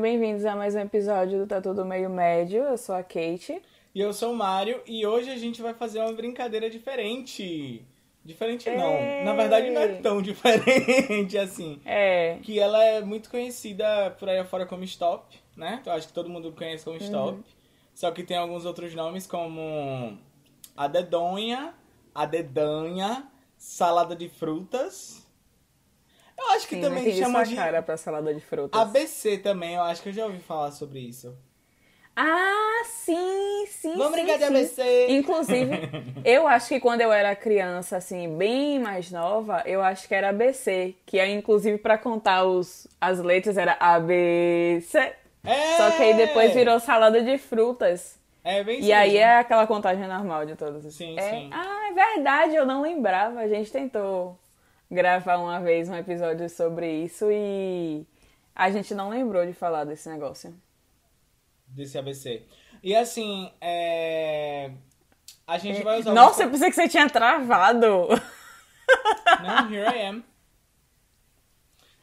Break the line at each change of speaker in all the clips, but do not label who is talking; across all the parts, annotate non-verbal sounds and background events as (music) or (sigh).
bem-vindos a mais um episódio do Tá Tudo Meio Médio. Eu sou a Kate.
E eu sou o Mário e hoje a gente vai fazer uma brincadeira diferente. Diferente não,
Ei!
na verdade não é tão (laughs) diferente assim.
É,
Que ela é muito conhecida por aí afora como Stop, né? Eu acho que todo mundo conhece como
Uhum.
Stop. Só que tem alguns outros nomes como a dedonha, a dedanha, salada de frutas. Eu acho que
sim, não
também
entendi
chama
sua
de
cara pra salada de frutas.
ABC também, eu acho que eu já ouvi falar sobre isso.
Ah, sim, sim,
Vamos
sim,
brincar de
sim.
ABC. (laughs)
Inclusive, eu acho que quando eu era criança, assim, bem mais nova, eu acho que era ABC. Que aí, inclusive, pra contar os, as letras era ABC.
É!
Só que aí depois virou salada de frutas.
É bem
E aí é aquela contagem normal de todas.
Sim,
É,
sim.
Ah, é verdade, eu não lembrava. A gente tentou gravar uma vez um episódio sobre isso e a gente não lembrou de falar desse negócio.
Desse ABC. E assim, é... a gente vai usar.
Nossa, eu pensei que você tinha travado.
Não, né? here I am.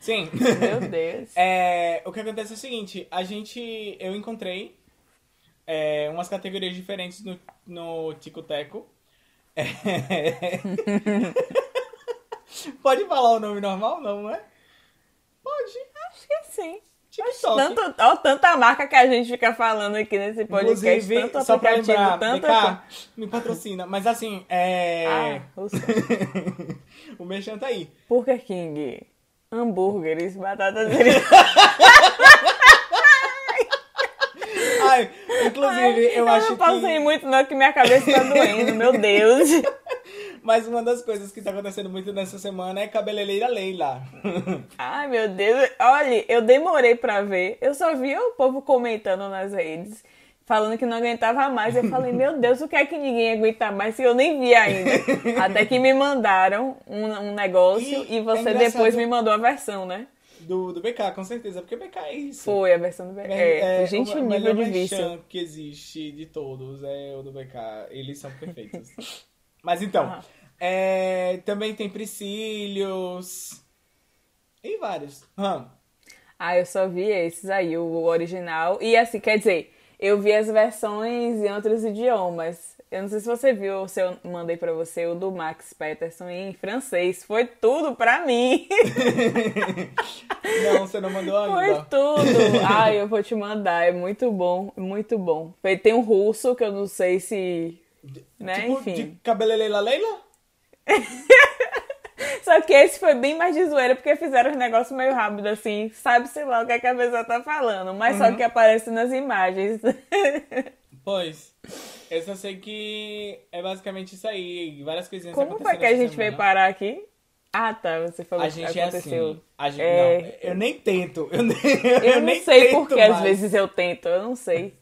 Sim. (laughs)
Meu Deus.
É, o que acontece é o seguinte, a gente. Eu encontrei é, umas categorias diferentes no, no Tico Teco. É. (laughs) Pode falar o nome normal, não, é? Pode.
(laughs)
É,
Acho que sim.
TikTok.
Tanto, ó, tanta marca que a gente fica falando aqui nesse podcast,
Inclusive,
tanto
só pra
aplicativo,
lembrar,
tanto.
BK, me patrocina. Mas assim, é.
Ah, o
o merchan tá aí.
Burger King, hambúrgueres, batatas fritas.
Ai, inclusive, eu,
não
acho
posso rir
que.
muito, não, que minha cabeça tá doendo, meu
(laughs)
Deus.
Mas uma das coisas que tá acontecendo muito nessa semana é cabeleireira Leila. (laughs)
Ai, meu Deus. Olha, eu demorei pra ver. Eu só vi o povo comentando nas redes, falando que não aguentava mais. Eu falei, meu Deus, o que é que ninguém aguenta mais? E eu nem vi
(laughs)
ainda. Até que me mandaram um, um negócio
E
e você
é engraçado-
depois me mandou a versão, né
Do, do BK, com certeza, porque BK é isso.
Foi a versão do É,
É,
gente,
o
o nível
melhor
de vício.
merchan que existe de todos é o do BK. Eles são perfeitos. Mas então,
Aham.
é, também tem Priscílios. E vários. Aham.
Ah, eu só vi esses aí, o original. E assim, quer dizer, eu vi as versões em outros idiomas. Eu não sei se você viu, se eu mandei pra você o do Max Peterson em francês. Foi tudo pra mim. (laughs)
Não, você não mandou
Foi
ainda.
tudo. Ai, eu vou te mandar. É muito bom, muito bom. Tem um russo que eu não sei se. (laughs) Né,
tipo,
enfim.
de cabeleleila Leila?
Só que esse foi bem mais de zoeira, porque fizeram os negócios meio rápido, assim. Sabe-se lá o que, é que a pessoa tá falando, mas só que aparece nas imagens. (laughs)
Pois. Eu só sei que é basicamente isso aí. Várias coisinhas
Como foi
aconteceram
que a
essa
gente veio
semana.
parar aqui? Ah, tá. Você falou
A gente
que
é
aconteceu.
assim. A gente,
É.
Não, eu nem tento. (laughs) Eu, nem,
Eu,
(laughs) eu
não
nem
sei
tento
porque
mais.
às vezes eu tento, eu não sei.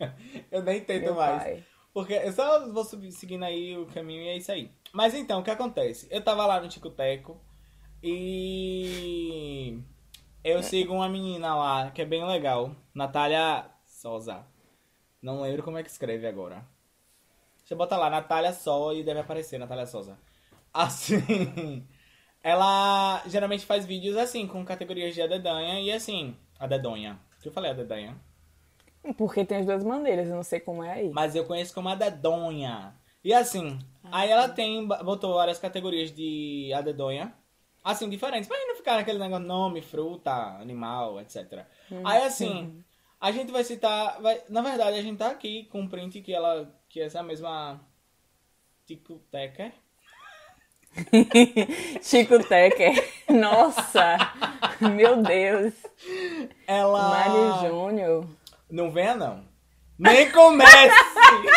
(laughs) Eu nem tento
Meu
mais.
pai.
Porque eu só vou subir, seguindo aí o caminho e é isso aí. Mas então, o que acontece? Eu tava lá no Tico Teco e
É.
eu sigo uma menina lá que é bem legal, Natália Sosa. Não lembro como é que escreve agora. Você bota lá, Natália Sol e deve aparecer, Natália Souza. Assim. (laughs) Ela geralmente faz vídeos assim, com categorias de adedanha e assim. A dedonha. Que eu falei, a dedanha.
Porque tem as duas maneiras, eu não sei como é aí.
Mas eu conheço como a dedonha. E assim, aí ela tem, botou várias categorias de a dedonha. Assim, diferentes. Pra não ficar naquele negócio nome, fruta, animal, etc. aí assim, a gente vai citar. vai- na verdade, a gente tá aqui com um print que ela. Que essa é mesma. Tico Teca.
(laughs) Chico Tecker. Nossa! Meu Deus!
Ela.
Mário Júnior.
Não venha, não. Nem comece!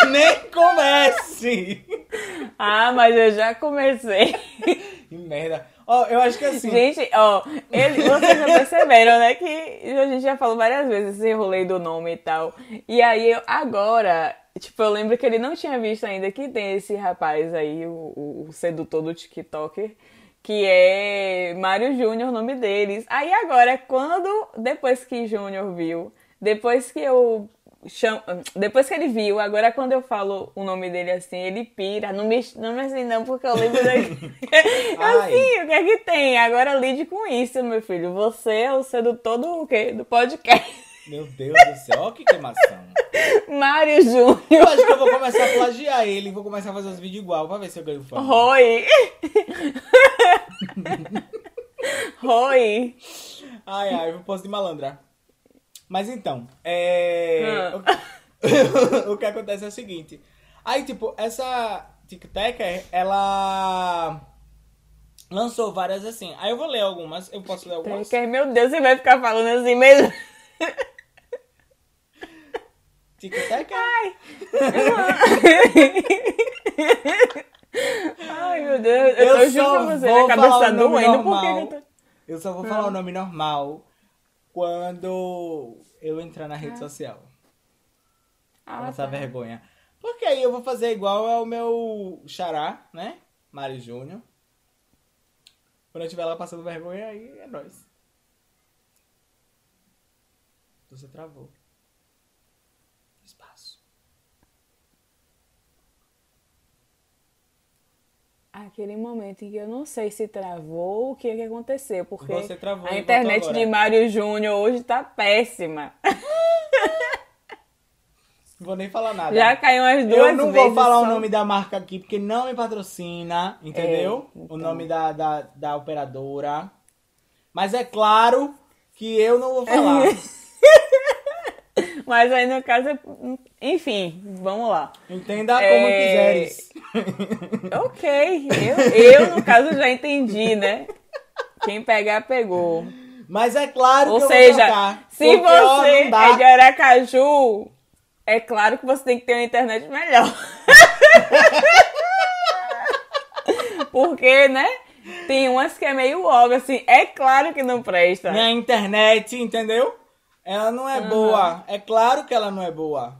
nem comece!
Ah, mas eu já comecei.
Que merda. Ó, eu acho que assim.
Gente, ó, ele, vocês já perceberam, né? Que a gente já falou várias vezes esse rolê do nome e tal. E aí, eu, agora, tipo, eu lembro que ele não tinha visto ainda que tem esse rapaz aí, o, o- o sedutor do TikToker, que é Mário Júnior, o nome deles. Aí agora, quando, depois que Júnior viu, depois que eu. cham- Depois que ele viu, agora quando eu falo o nome dele assim, ele pira. Não me, não me assim, não, porque eu lembro daqui.
Ai.
assim, o que é que tem? Agora lide com isso, meu filho. Você é o sedutor do quê? Do podcast. (laughs)
Meu Deus do céu, ó que queimação.
Mário Júnior.
Eu acho que eu vou começar a plagiar ele, vou começar a fazer os vídeos igual pra ver se eu ganho fama. (laughs)
Roy. Roy.
Ai, ai, eu posso de malandra. Mas então,
Ah.
é... o... o que (laughs) acontece é o seguinte. Aí, tipo, essa Tic Tacker, ela lançou várias assim. Aí eu vou ler algumas, eu posso ler algumas.
Quer- Meu Deus, você vai ficar falando assim mesmo? (laughs)
Tic Tacker?
Ai. (laughs) Ai, meu Deus. Eu, tô junto
só
com você.
vou
Minha cabeça
falar o
tá
nome
doendo. Por que
normal.
que eu tô... Ah.
Eu só vou falar o nome normal quando eu entrar na rede social.
Ah,
essa
tá.
vergonha. Porque aí eu vou fazer igual ao meu xará, né? Mário Júnior. Quando eu estiver lá passando vergonha, aí é nóis. Então Você travou. Espaço.
Aquele momento em que eu não sei se travou o que, é que aconteceu, porque
Você travou
a
e
internet
voltou
de
agora.
Mário Júnior hoje tá péssima. (laughs)
Não vou nem falar nada.
Já caiu umas duas
eu não vou
vezes
falar
só.
o nome da marca aqui, porque não me patrocina, entendeu?
É, então.
O nome da, da, da operadora. Mas é claro que eu não vou falar.
(laughs) Mas aí no caso, é- enfim, vamos lá.
Entenda como
É.
quiseres.
Ok, eu, eu no caso já entendi, né? Quem pegar, pegou.
Mas é claro
Ou
que eu vou
seja,
trocar.
se
porque, ó,
você
não dá.
é de Aracaju, é claro que você tem que ter uma internet melhor. (laughs) Porque, né? Tem umas que é meio óbvio, assim, é claro que não presta.
Minha internet, entendeu? Ela não é boa. É claro que ela não é boa.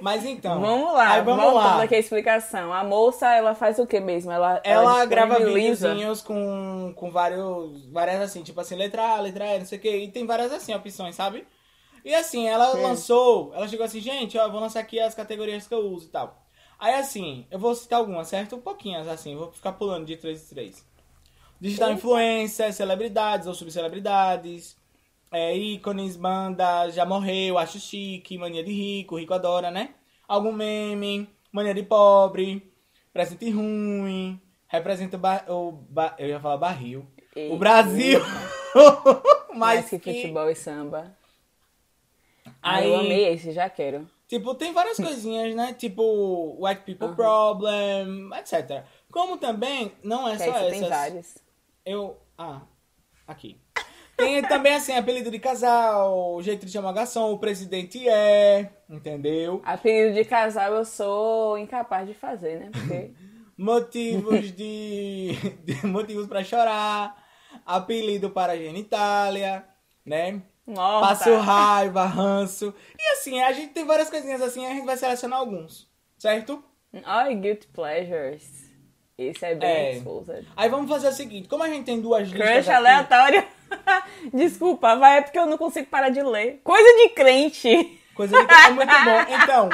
Mas então.
Uhum. Vamos lá,
aí vamos
voltando
lá.
aqui a explicação. A moça, ela faz o que mesmo? Ela,
Ela grava
disponibiliza-
videozinhos com, com vários, várias assim, tipo assim, letra A, letra E, não sei o que, e tem várias assim opções, sabe? E assim, ela lançou, ela chegou assim, gente, ó, vou lançar aqui as categorias que eu uso e tal. Aí assim, eu vou citar algumas, certo? Pouquinhas assim, vou ficar pulando de 3 em 3. Digital influencer, celebridades ou subcelebridades, é, ícones, banda, já morreu, acho chique, mania de rico, rico adora, né? Algum meme, mania de pobre, presente ruim, representa o, ba- o ba- eu ia falar barril.
Eita.
O Brasil! (laughs)
Mais,
Mas
que, futebol e samba. Ah,
Aí,
eu amei esse, já quero.
Tipo, tem várias coisinhas, né? Tipo, White People Problem, etc. Como também, não é
Que
só
aí você
essas.
tem vários.
Eu. Ah, aqui. Tem também assim, apelido de casal, jeito de chamar garçom, o presidente é, entendeu?
Apelido de casal eu sou incapaz de fazer, né?
(laughs)
Porque
Motivos de, (laughs) de- motivos para chorar, apelido para genitália, né?
Nossa.
Passo raiva, ranço. E assim, a gente tem várias coisinhas assim, a gente vai selecionar alguns, certo?
Ai, Guilty Pleasures. Esse é bem
É.
exposed.
Aí vamos fazer o seguinte, como a gente tem duas listas
Crush
aqui,
aleatório. (laughs) Desculpa, vai, é porque eu não consigo parar de ler. Coisa de (laughs) crente.
coisa que é muito bom.
(laughs)
Então,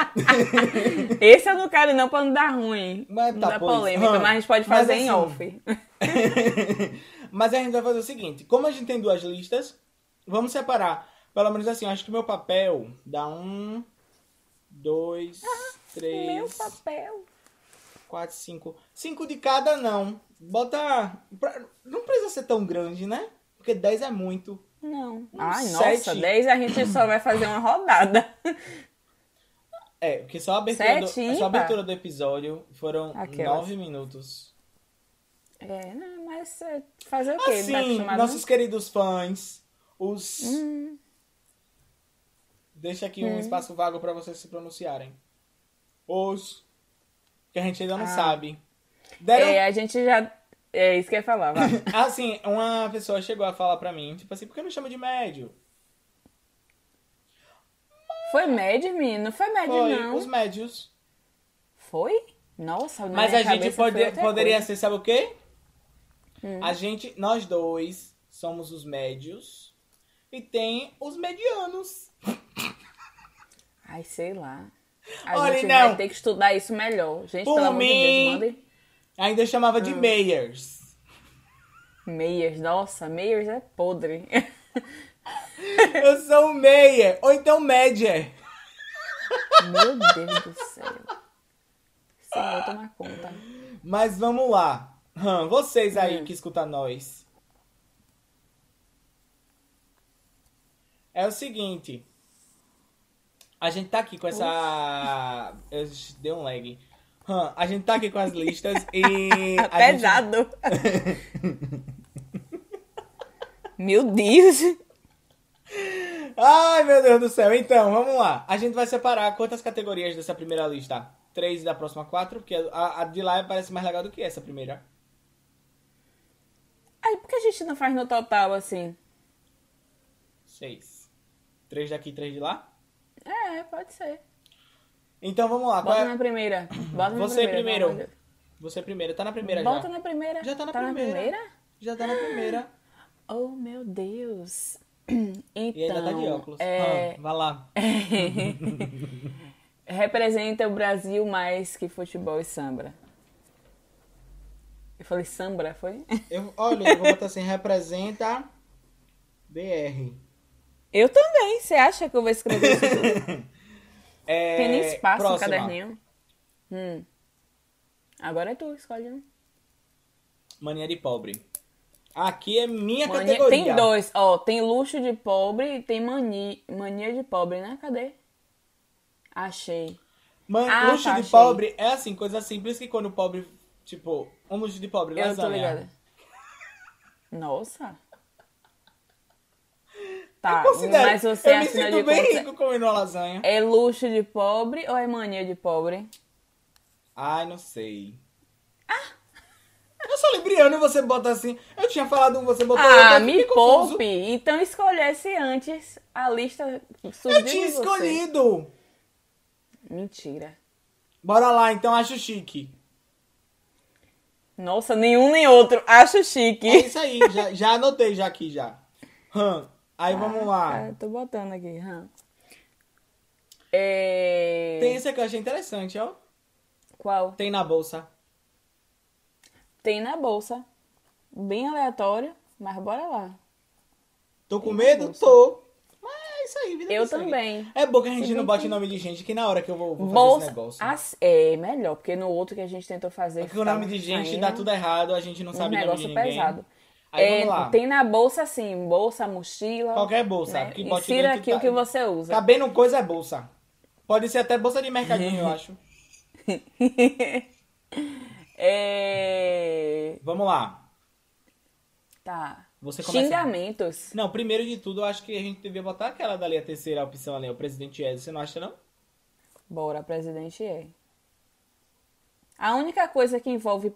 Esse eu não quero não pra não dar ruim.
Mas
não
tá,
dá
pois.
polêmica,
Hum.
mas a gente pode
Mas
fazer em
assim,
off.
(laughs) Mas a gente vai fazer o seguinte: como a gente tem duas listas, vamos separar. Pelo menos assim, eu acho que meu papel dá um, dois,
Ah, Meu
três,
papel.
quatro, cinco. Cinco de cada, não. Bota. pra- Não precisa ser tão grande, né? Porque 10 é muito.
Não. Ai, nossa,
Um sete.
10 a gente só vai fazer uma rodada.
É, porque só a abertura, do, é
Sete,
só a
ímpar.
abertura do episódio foram
Aquelas.
nove minutos.
(laughs) É, não, mas é, fazer o quê? não tá
Assim,
acostumado, Hum. não?
nossos queridos fãs, os. Deixa aqui
Hum.
um espaço vago pra vocês se pronunciarem. Os. Que a gente ainda não sabe. Deram.
Ah. É, a gente já. É isso que eu ia falar, vai.
Assim, uma pessoa chegou a falar pra mim, tipo assim, por que me chama de médio?
Foi Mad, menino? Não foi Mad,
Foi,
não.
os médios.
Foi? Nossa, na
Mas
minha
a gente
cabeça foi
pode-
outra
poderia
coisa. Hum.
ser, sabe o quê? A gente, nós dois, somos os médios. E tem os medianos.
Ai, sei lá. A
Olha,
gente
não.
vai ter que estudar isso melhor. Gente,
Por
pelo amor
mim.
de Deus, manda.
Ainda chamava
Hum.
de meiers. (laughs)
Meias, nossa, Meias é podre.
Eu sou o Meyer, ou então Medjer.
Meu Deus do céu. Senhor, toma conta.
Mas vamos lá. Hum, Vocês aí
Hum.
que escutam nós. É o seguinte. A gente tá aqui com essa. Eu dei um lag. Hum, a gente tá aqui com as listas
(laughs)
e. a gente- (laughs)
Pesado. Meu Deus.
Ai, meu Deus do céu. Então, vamos lá. A gente vai separar quantas categorias dessa primeira lista? Três e da próxima quatro, porque a, a de lá parece mais legal do que essa primeira.
Ai, por que a gente não faz no total assim?
Seis. Três daqui, três de lá.
É, pode ser.
Então, vamos lá. Qual
Bota
é-
na primeira. Bota na primeira, pelo amor de
Você primeiro.
Deus.
Você primeiro. Tá na primeira
Bota
já.
na primeira.
Já tá na
Na
primeira.
primeira?
Já tá na primeira.
Oh, meu Deus. Então,
E ainda tá de óculos.
É,
Ah, vai lá.
(laughs) representa o Brasil mais que futebol e samba. Eu falei samba, foi?
Eu, olha, eu vou botar assim, representa BR.
Eu também. Você acha que eu vou escrever isso? tudo?
É,
Tem nem espaço no
próxima.
caderninho. Hum. Agora é tu, escolhe um.
Mania de pobre. Aqui é minha
Mania-
categoria.
Tem dois, ó. Tem luxo de pobre e tem mani... mania de pobre, né? Cadê? Achei.
Man,
Ah,
luxo
tá,
de
achei.
pobre é assim, coisa simples que quando o pobre, tipo, um luxo de pobre,
Eu tô
lasanha.
ligada. Nossa. Tá,
Considero,
mas você,
eu me
afinal de
sinto bem
contas,
rico comendo uma lasanha.
é luxo de pobre ou é mania de pobre?
Ai, não sei.
Ah!
Eu sou libriano e você bota assim. Eu tinha falado um, você botou outro,
ah,
eu
me
fiquei confuso.
poupe! Então escolhesse antes a lista surgiu
Eu tinha
de você.
escolhido.
Mentira.
Bora lá, então acho chique.
Nossa, nenhum nem outro. Acho
É
chique.
isso aí, já, já anotei já aqui já. Hum, aí vamos lá.
Ah, tô botando aqui. hã. É...
Tem esse aqui que eu achei interessante, ó.
Qual?
Tem na bolsa.
Tem na bolsa. Bem aleatório, mas bora lá.
Tô com
Tem na
medo?
bolsa.
Tô. Mas é isso aí, vida
Eu
que segue.
também.
É bom que a gente
Se
não
bem
bote
que-
nome de gente, que na hora que eu vou, vou fazer esse
Bolsa.
negócio. É
as- É melhor, porque no outro que a gente tentou fazer.
Porque o nome de gente
saindo
dá tudo errado, a gente não
tá, é. um
sabe o nome de
negócio
ninguém.
pesado.
Aí
É,
vamos lá.
Tem na bolsa, assim, bolsa, mochila.
Qualquer
Né?
bolsa. Que bote
Insira
dentro
aqui
tá-
o que você usa.
Cabendo coisa é bolsa. Pode ser até bolsa de mercadinho,
(laughs)
eu acho.
É...
Vamos lá.
Tá.
Você começa.
Xingamentos.
Não, primeiro de tudo, eu acho que a gente devia botar aquela dali, a terceira opção ali, o presidente Ed. Você não acha, não?
Bora, presidente é. A única coisa que envolve.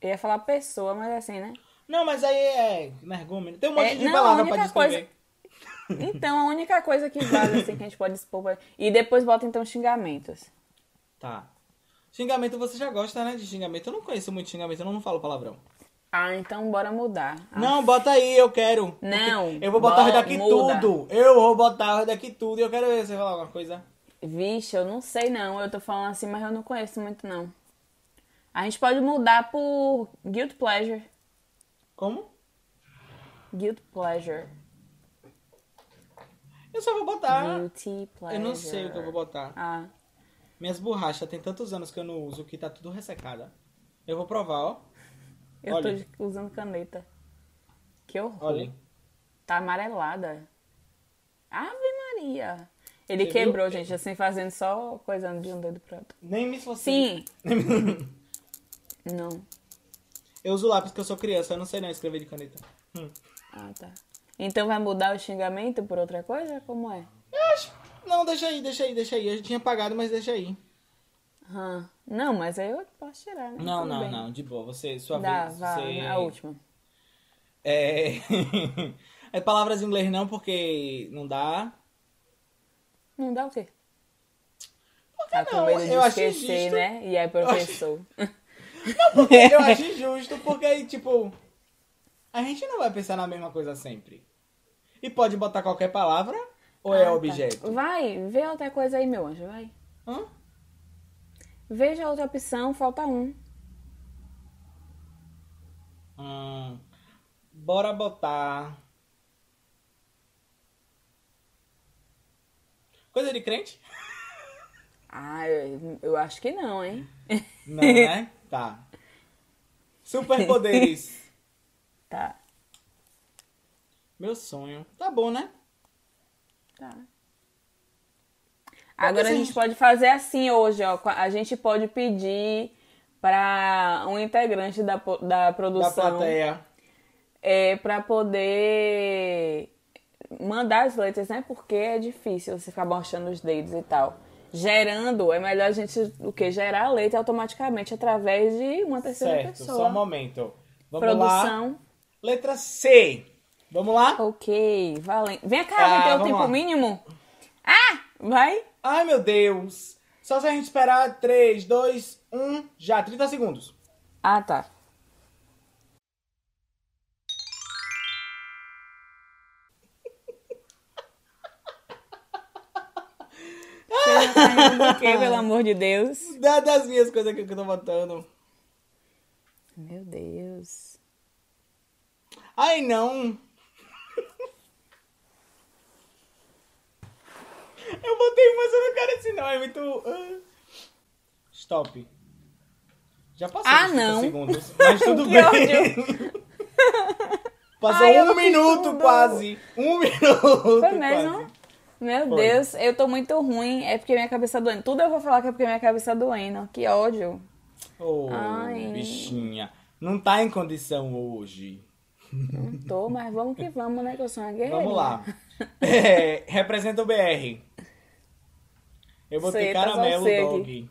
Eu ia falar pessoa, mas assim,
(laughs)
né?
Não, mas aí é. Mergúmeno. Tem um monte
É,
de
não, a
palavra
única
pra descrever.
Então, a única coisa que vale, assim, que a gente pode expor. E depois bota, então, xingamentos.
Tá. Xingamento você já gosta, né? De xingamento. Eu não conheço muito xingamento, eu não falo palavrão.
Ah, então bora mudar. Ah,
Não, bota aí, eu quero. Porque
Não,
(laughs) Eu vou botar
bo-
daqui
muda.
tudo. Eu vou botar daqui tudo. Eu quero ver você falar alguma coisa.
Vixe, eu não sei não. Eu tô falando assim, mas eu não conheço muito, não. A gente pode mudar por Guilt Pleasure.
Como?
Guilt Pleasure.
Eu só vou botar.
Guilty Pleasure.
Ah, Eu não sei o que eu vou botar.
Ah,
Minhas borrachas tem tantos anos que eu não uso que tá tudo ressecada. Eu vou provar, ó.
eu
Olha.
tô usando caneta. Que horror.
Olha.
Tá amarelada. Ave Maria. Ele
Você
quebrou,
viu?
gente, assim, fazendo só coisando de um dedo pro outro.
Nem me esforcei.
Sim. não.
(laughs) Eu uso lápis porque eu sou criança, eu não sei não escrever de caneta. Hum.
Ah, tá. Então vai mudar o xingamento por outra coisa? Como é?
Eu acho. Não, deixa aí, deixa aí, deixa aí. Eu já tinha pagado, mas deixa aí.
Hã. Não, mas aí eu posso tirar, né?
Não,
Tudo
não,
bem.
não, de boa. Você, sua
Dá,
vez.
vá,
você...
a última.
É... (laughs) é palavras em inglês não, porque não dá.
Não dá o quê?
Por que
Tá com
não?
medo de
Eu acho
esquecer,
injusto.
né? E aí, professor.
(laughs) Eu acho injusto, porque aí, tipo, a gente não vai pensar na mesma coisa sempre. E pode botar qualquer palavra ou
Ah,
é
tá.
objeto?
Vai, vê outra coisa aí, meu anjo, vai.
Hã?
Veja outra opção, falta um.
Hum, bora botar. Coisa de crente?
Ah, eu, eu acho que não, hein? (laughs)
Não, né? Tá.
(laughs)
Superpoderes.
Tá,
Meu sonho. Tá bom, né?
tá. Agora a
assim-
gente pode fazer assim hoje, ó. A gente pode pedir pra um integrante da, po- da
Da
produção
plateia.
é, para poder mandar as letras, né? Porque é difícil você ficar baixando os dedos e tal. Gerando, é melhor a gente o que gerar a letra automaticamente através de uma terceira
Certo, só
pessoa.
um momento. Vamos lá.
Produção.
Letra C. Vamos lá?
Ok, valente. Vem cá,
Ah,
vai ter o
vamos
tempo
lá.
mínimo? Ah, vai?
Ai, meu Deus. Só se a gente esperar 3, 2, 1, já. 30 segundos.
Ah, tá. Você já tá rindo do quê, pelo amor de Deus?
Da- Das minhas coisas aqui que eu tô botando.
Meu Deus.
Ai, não. Eu botei, mas eu não quero esse não. É muito... ah. Stop. Já passou
Ah,
dos 30
não.
segundos.
(laughs)
Mas tudo
Que
bem.
ódio.
Passou
Ai, eu
um
não fiz
minuto
tudo.
quase. Um (laughs) minuto
Foi mesmo?
quase.
Meu
Foi.
Deus, eu tô muito ruim. É porque minha cabeça tá doendo. Tudo eu vou falar que é porque minha cabeça tá doendo. Que ódio.
Ô,
Ai.
bichinha. Não tá em condição hoje.
Não tô, mas vamos que vamos, né? Que eu sou uma guerreira. (laughs)
Vamos lá. É, representa o BR. Eu botei
Seta,
caramelo
você
dog.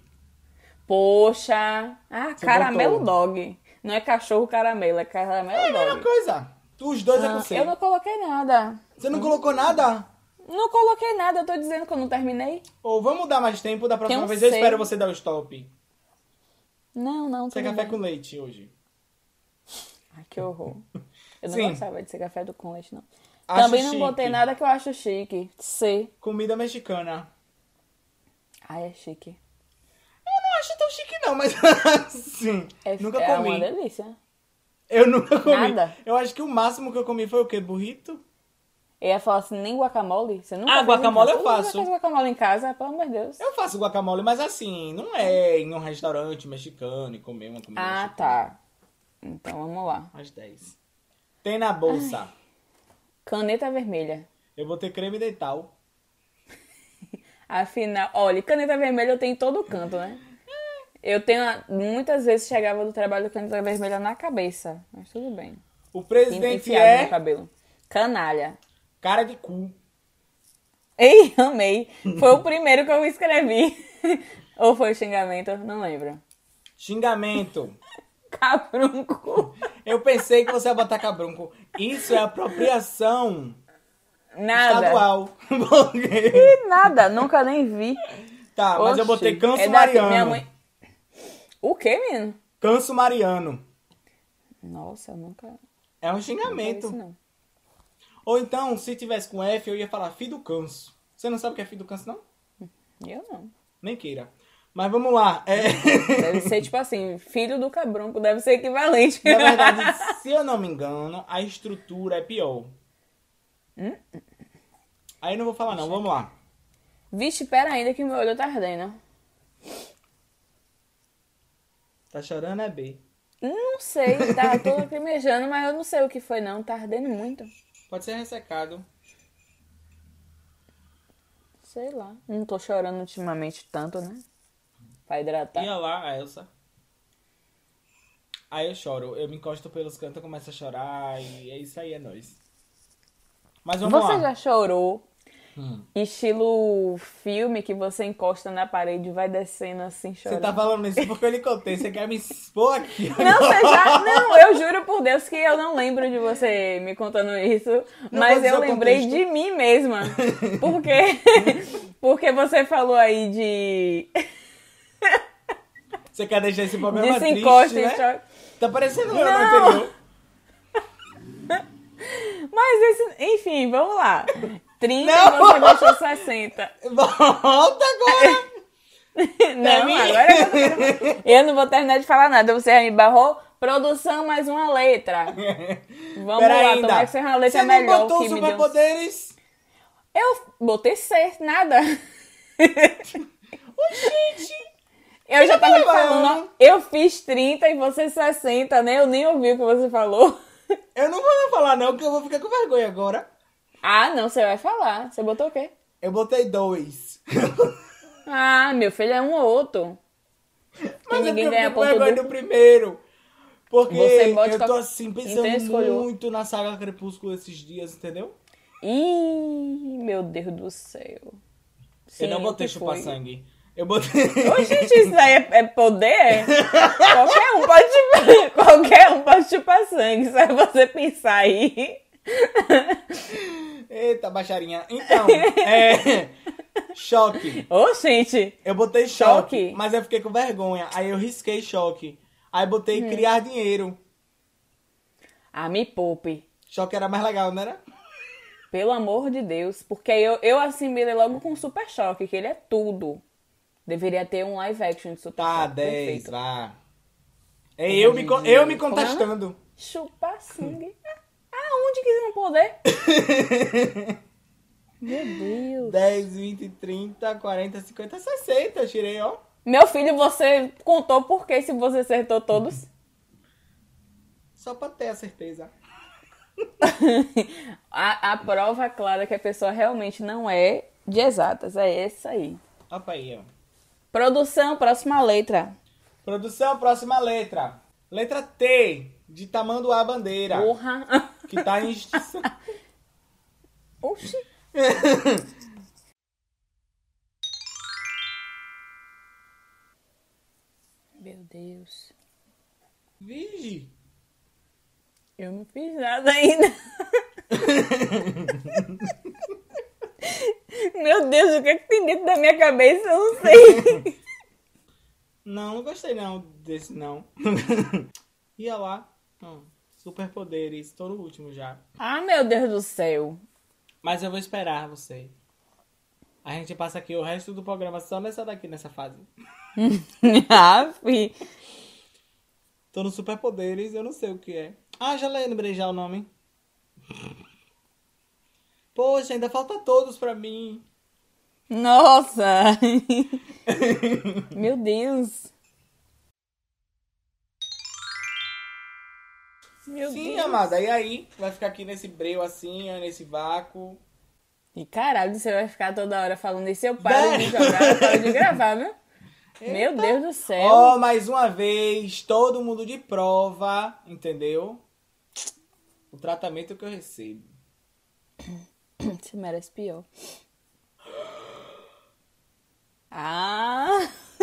Poxa! Ah,
Você
caramelo
botou.
dog. Não é cachorro caramelo, é caramelo
É a mesma
dog.
coisa. Os dois é
Ah,
com C.
eu não coloquei nada.
Você não colocou nada?
Não coloquei nada, eu tô dizendo que eu não terminei.
Ou vamos dar mais tempo da próxima
Tem um
vez? Eu
C.
espero você dar o stop.
Não, não,
Você é
tudo
café
bem.
com leite hoje.
Ai, que horror. Eu não
Sim.
gostava de ser café do com leite, não.
Acho
Também não
chique.
botei nada que eu acho chique. C.
Comida mexicana.
Ai, é chique.
Eu não acho tão chique não, mas (laughs) sim.
É,
nunca
é
comi.
uma delícia.
Eu nunca comi.
Nada?
Eu acho que o máximo que eu comi foi o quê? Burrito?
Eu ia falar assim, nem guacamole? Você nunca
Ah,
fez em
guacamole
casa?
eu
Todo mundo
faço.
faz guacamole em casa, pelo amor de Deus.
Eu faço guacamole, mas assim, não é em um restaurante mexicano e comer uma comida
Ah,
mexicana.
tá. Então, vamos lá.
Às 10. Tem na bolsa.
Caneta vermelha.
Eu vou ter creme dental.
Afinal, olha, caneta vermelha eu tenho em todo canto, né? Eu tenho, a- muitas vezes chegava do trabalho com caneta vermelha na cabeça, mas tudo bem.
O presidente
Enfiado no
é
cabelo. Canalha.
cara de cu.
Ei, (laughs) amei. Foi o primeiro que eu escrevi. (laughs) Ou foi o xingamento, não lembro.
Xingamento.
Cabrunco.
Eu pensei que você ia botar cabrunco. Isso é apropriação
Nada.
estadual.
(laughs)
Porque-
E nada, nunca nem vi.
tá, mas
Oxi.
eu botei canso
É daqui,
mariano.
minha mãe- O que, menino?
Canso mariano.
Nossa, eu nunca.
É um
nunca vi
xingamento.
Isso, não.
Ou então, se tivesse com F, eu ia falar fi do canso. Você não sabe o que é fi do canso, não?
Eu não.
Nem queira. Mas vamos lá. É... (laughs)
Deve ser tipo assim, filho do cabrunco, deve ser equivalente.
Na verdade, se eu não me engano, a estrutura é pior.
Hum?
Aí eu não vou falar não, vamos lá.
Vixe, pera ainda que meu olho tá ardendo.
Tá chorando é B.
Não sei, tá tô lacrimejando, mas eu não sei o que foi não, tá ardendo muito.
Pode ser ressecado.
Sei lá. Não tô chorando ultimamente tanto, né? Pra hidratar.
Ia lá, a Elsa. Aí eu choro, eu me encosto pelos cantos, eu começo a chorar e é isso aí, é nóis. Mas vamos
Você
lá.
já chorou
Hum.
estilo filme que você encosta na parede e vai descendo assim
Você
chorando?
tá falando isso porque eu lhe contei, você quer me expor
(laughs)
aqui.
Não, você já. Não, eu juro por Deus que eu não lembro de você me contando isso.
Não vou
mas
dizer
eu
o
lembrei
contexto.
de mim mesma.
(laughs)
Porque. Porque você falou aí de.
Você quer deixar esse problema
De se
triste,
encosta e
né?
chora.
Tá parecendo eu
Não.
no anterior.
Mas esse. Enfim, vamos lá. 30
Não.
você deixou
(laughs)
60.
Volta
(laughs)
agora!
Não,
mim.
agora eu, quero- eu não vou terminar de falar nada. Você já me barrou. Produção, mais uma
(laughs)
letra. Vamos
Pera
lá,
ainda.
tomara que seja uma letra
Você
melhor.
não botou
que
os
me deu-
superpoderes? (laughs)
Eu botei C, nada. Eu já tava te
Vai lá.
falando, ó, eu fiz 30 e você 60, né? Eu nem ouvi o que você falou. (laughs)
Eu não vou falar não, que eu vou ficar com vergonha agora.
Ah, não, você vai falar. Você botou o quê?
Eu botei dois. (laughs)
Ah, meu filho, é um ou outro. Que
Mas
ninguém ganha
é porque eu fiquei
ponto
com vergonha
duplo.
do primeiro. Porque
Você bote
eu tô
qual-
assim,
Então
pensando
escolheu.
muito na saga Crepúsculo esses dias, entendeu?
Ih, meu Deus do céu. Sim,
eu não botei
que
chupar
foi.
sangue. Eu botei.
Ô, gente, isso daí é, é poder? qualquer, um pode chupar, qualquer um pode chupar sangue, só é você pensar aí. (laughs)
(laughs) Eita, baixarinha. Então, é. (laughs) choque.
Ô, gente,
Eu botei choque,
Choque?
mas eu fiquei com vergonha. Aí eu risquei choque. Aí botei
Hum.
criar dinheiro.
ah, me poupe.
Choque era mais legal, não era?
Pelo amor de Deus. Porque eu, eu assimilei logo com o Super Choque, que ele é tudo. Deveria ter um live action de Super
Tá,
Choque.
10,
perfeito.
vá. É eu me, con- eu me
Como é?
contestando.
Chupar sangue. Ah, Aonde que não poder? Meu Deus.
10, 20, 30, 40, 50, 60. Eu tirei, ó.
Meu filho, você contou por que se você acertou todos? (laughs)
Só pra ter a certeza.
a, a prova clara que a pessoa realmente não é de exatas. É essa aí.
Opa aí, ó.
Produção, próxima letra.
Produção, próxima letra. Letra T, de Tamanduá Bandeira.
Porra. (laughs)
Que tá em... (laughs)
Oxi. (laughs) Meu Deus.
Vigi.
Eu não fiz nada ainda. (laughs) Meu Deus, o que é que tem dentro da minha cabeça? Eu não sei.
Não, não gostei não desse (laughs) não. Ia lá. Hum, superpoderes. Tô no último já.
(laughs) Ah, meu Deus do (laughs) céu.
Mas eu vou esperar você. A gente passa aqui o resto do programa só nessa daqui, nessa fase.
ah, fi.
Tô no superpoderes, eu não sei o que é. Ah, já lembrei já o nome. Poxa, ainda falta todos pra mim.
Nossa. (laughs) meu Deus. Meu
Sim,
Deus.
amada, e aí? Vai ficar aqui nesse breu assim, ó, nesse vácuo.
E caralho, você vai ficar toda hora falando isso. Eu paro de
Vai.
jogar, eu paro de gravar, viu? Meu Deus do céu.
Ó, mais uma vez, todo mundo de prova, entendeu? O tratamento que eu recebo.
(clears throat) Você merece pior. Ah! (laughs)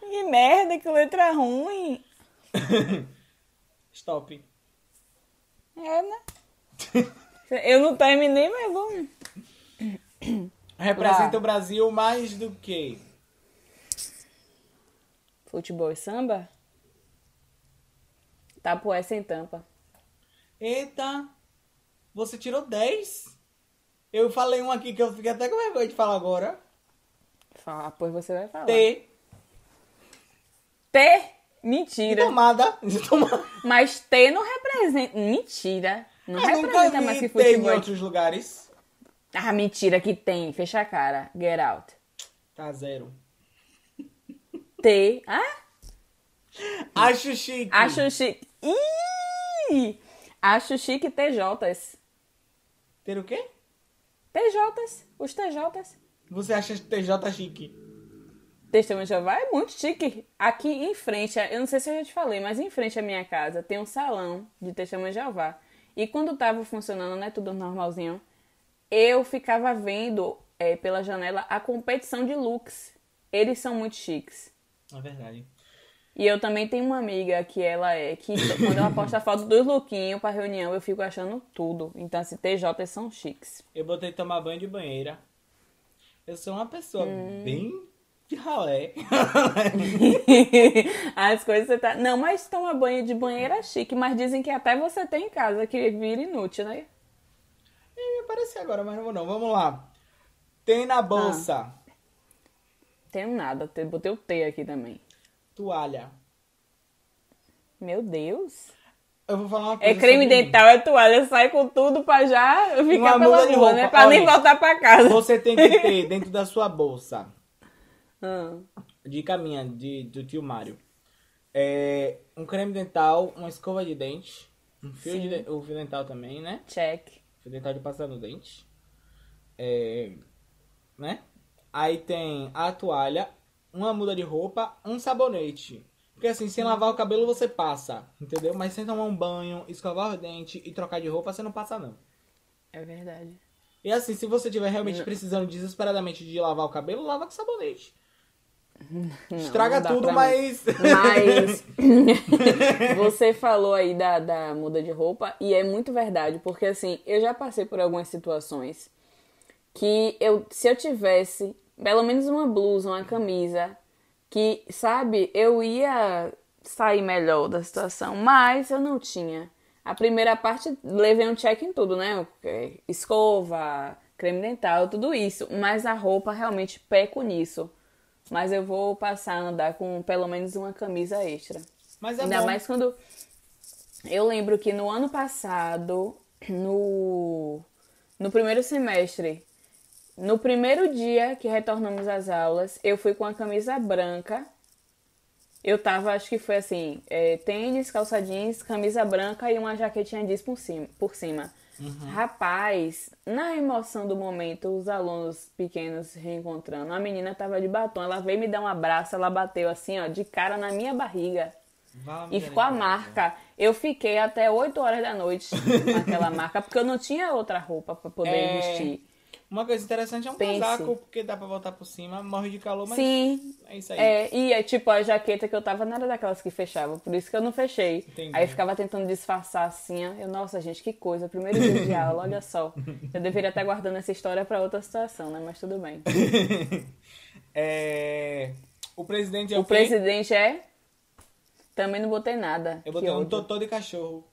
que merda, que letra ruim.
Stop.
É, né? Eu não terminei, mas vamos.
Representa
Lá.
o Brasil mais do que
Futebol e samba? Tapoé sem tampa.
Eita, você tirou 10? Eu falei um aqui que eu fiquei até com vergonha de falar agora.
Fala, pois você vai falar.
T.
T? Mentira.
Tomada. (laughs) De tomada.
Mas T não representa. Mentira. Não
Ah, eu
representa
nunca vi
mais que
T em
futebol.
outros lugares.
Ah, mentira que tem. Fecha a cara. Get out.
Tá zero.
T. Ah?
Acho chique.
Acho chique. Ih! Acho chique TJs.
Ter o quê?
TJs. Os TJs.
Você acha TJ chique?
Testemunho de Jeová é muito chique. Aqui em frente, eu não sei se eu já te falei, mas em frente à minha casa tem um salão de Testemunho de Jeová. E quando tava funcionando, né, tudo normalzinho, eu ficava vendo eh, pela janela a competição de looks. Eles são muito chiques.
É verdade.
E eu também tenho uma amiga que ela é, que quando ela posta foto dos lookinhos pra reunião, eu fico achando tudo. Então, assim, TJ são chiques.
Eu botei tomar banho de banheira. Eu sou uma pessoa
Hum.
bem de ralé. (laughs)
(laughs) As coisas você tá. Não, mas toma banho de banheira é chique, mas dizem que até você tem em casa, que vira inútil, né?
Ih, Me apareceu agora, mas não vou não. Vamos lá. Tem na bolsa.
Ah. Tenho nada, te- botei o T aqui também.
Toalha.
Meu Deus.
Eu vou falar uma coisa.
É creme
sobre
dental, é toalha, sai com tudo pra já ficar
Uma
pela
muda de
rua,
roupa,
né? Pra nem
olha.
voltar pra
mim.
casa.
Você tem
(laughs)
que ter dentro da sua bolsa,
Ah,
dica minha, de, do tio Mário, é, um creme dental, uma escova de dente, um fio, de, de- o fio dental também, né?
check.
Fui tentar de passar no dente. É, né? Aí tem a toalha, uma muda de roupa, um sabonete. Porque assim, sem lavar o cabelo você passa, entendeu? Mas sem tomar um banho, escovar o dente e trocar de roupa, você não passa não.
É verdade.
E assim, se você tiver realmente
Não.
precisando desesperadamente de lavar o cabelo, lava com sabonete.
Não,
Estraga
não dá
tudo,
pra mim.
(laughs) mas.
Mas
(laughs)
você falou aí da, da muda de roupa e é muito verdade, porque assim, eu já passei por algumas situações que eu, se eu tivesse pelo menos uma blusa, uma camisa, que, sabe, eu ia sair melhor da situação, mas eu não tinha. A primeira parte levei um check em tudo, né? Escova, creme dental, tudo isso, mas a roupa realmente peco nisso. Mas eu vou passar a andar com pelo menos uma camisa extra.
Mas é
Ainda
bom.
mais quando. Eu lembro que no ano passado, no, no primeiro semestre, no primeiro dia que retornamos às aulas, eu fui com a camisa branca. Eu tava, acho que foi assim, é, tênis, calça jeans, camisa branca e uma jaquetinha jeans por cima. Por cima.
Uhum.
Rapaz, na emoção do momento, os alunos pequenos se reencontrando, a menina tava de batom, ela veio me dar um abraço, ela bateu assim, ó, de cara na minha barriga.
Vá,
E ficou a marca. Eu fiquei até 8 horas da noite com aquela marca, porque eu não tinha outra roupa pra poder
É,
vestir.
Uma coisa interessante é um
Pense.
casaco, porque dá pra voltar por cima, morre de calor, mas
Sim.
é isso aí.
É, e é tipo a jaqueta que eu tava, não era daquelas que fechava, por isso que eu não fechei.
Entendi.
Aí eu ficava tentando disfarçar assim. ó. Eu, nossa, gente, que coisa. Primeiro dia de aula, olha só.
(laughs)
Eu deveria estar guardando essa história pra outra situação, né? Mas tudo bem.
(laughs) É, O presidente é o,
O
quê?
presidente é. Também não botei nada.
Eu
Que
botei um
ódio.
totó de cachorro.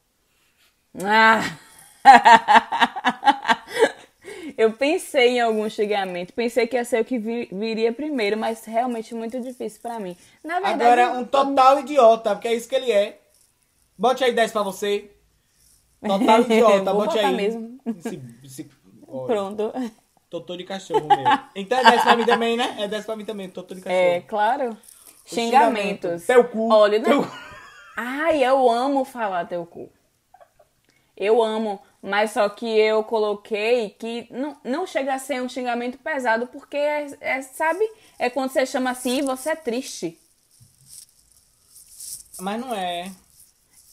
Ah! (laughs) Eu pensei em algum xingamento, pensei que ia ser o que vi- viria primeiro, mas realmente muito difícil pra mim. Na verdade,
Agora, um total idiota, porque é isso que ele é. Bote aí 10 pra você.
(laughs)
Total idiota,
É, Vou
bote
botar
aí.
mesmo.
Esse, esse, olha,
pronto.
Totô de cachorro meu. Então é 10 pra mim também, né? É 10 pra mim também, totô de cachorro.
É, claro. Xingamentos.
xingamento. Teu cu.
Olha, né?
Teu-
Ai, eu amo falar teu cu. Eu amo, mas só que eu coloquei que não, não chega a ser um xingamento pesado, porque é, é, sabe? É quando você chama assim e você é triste.
Mas não é.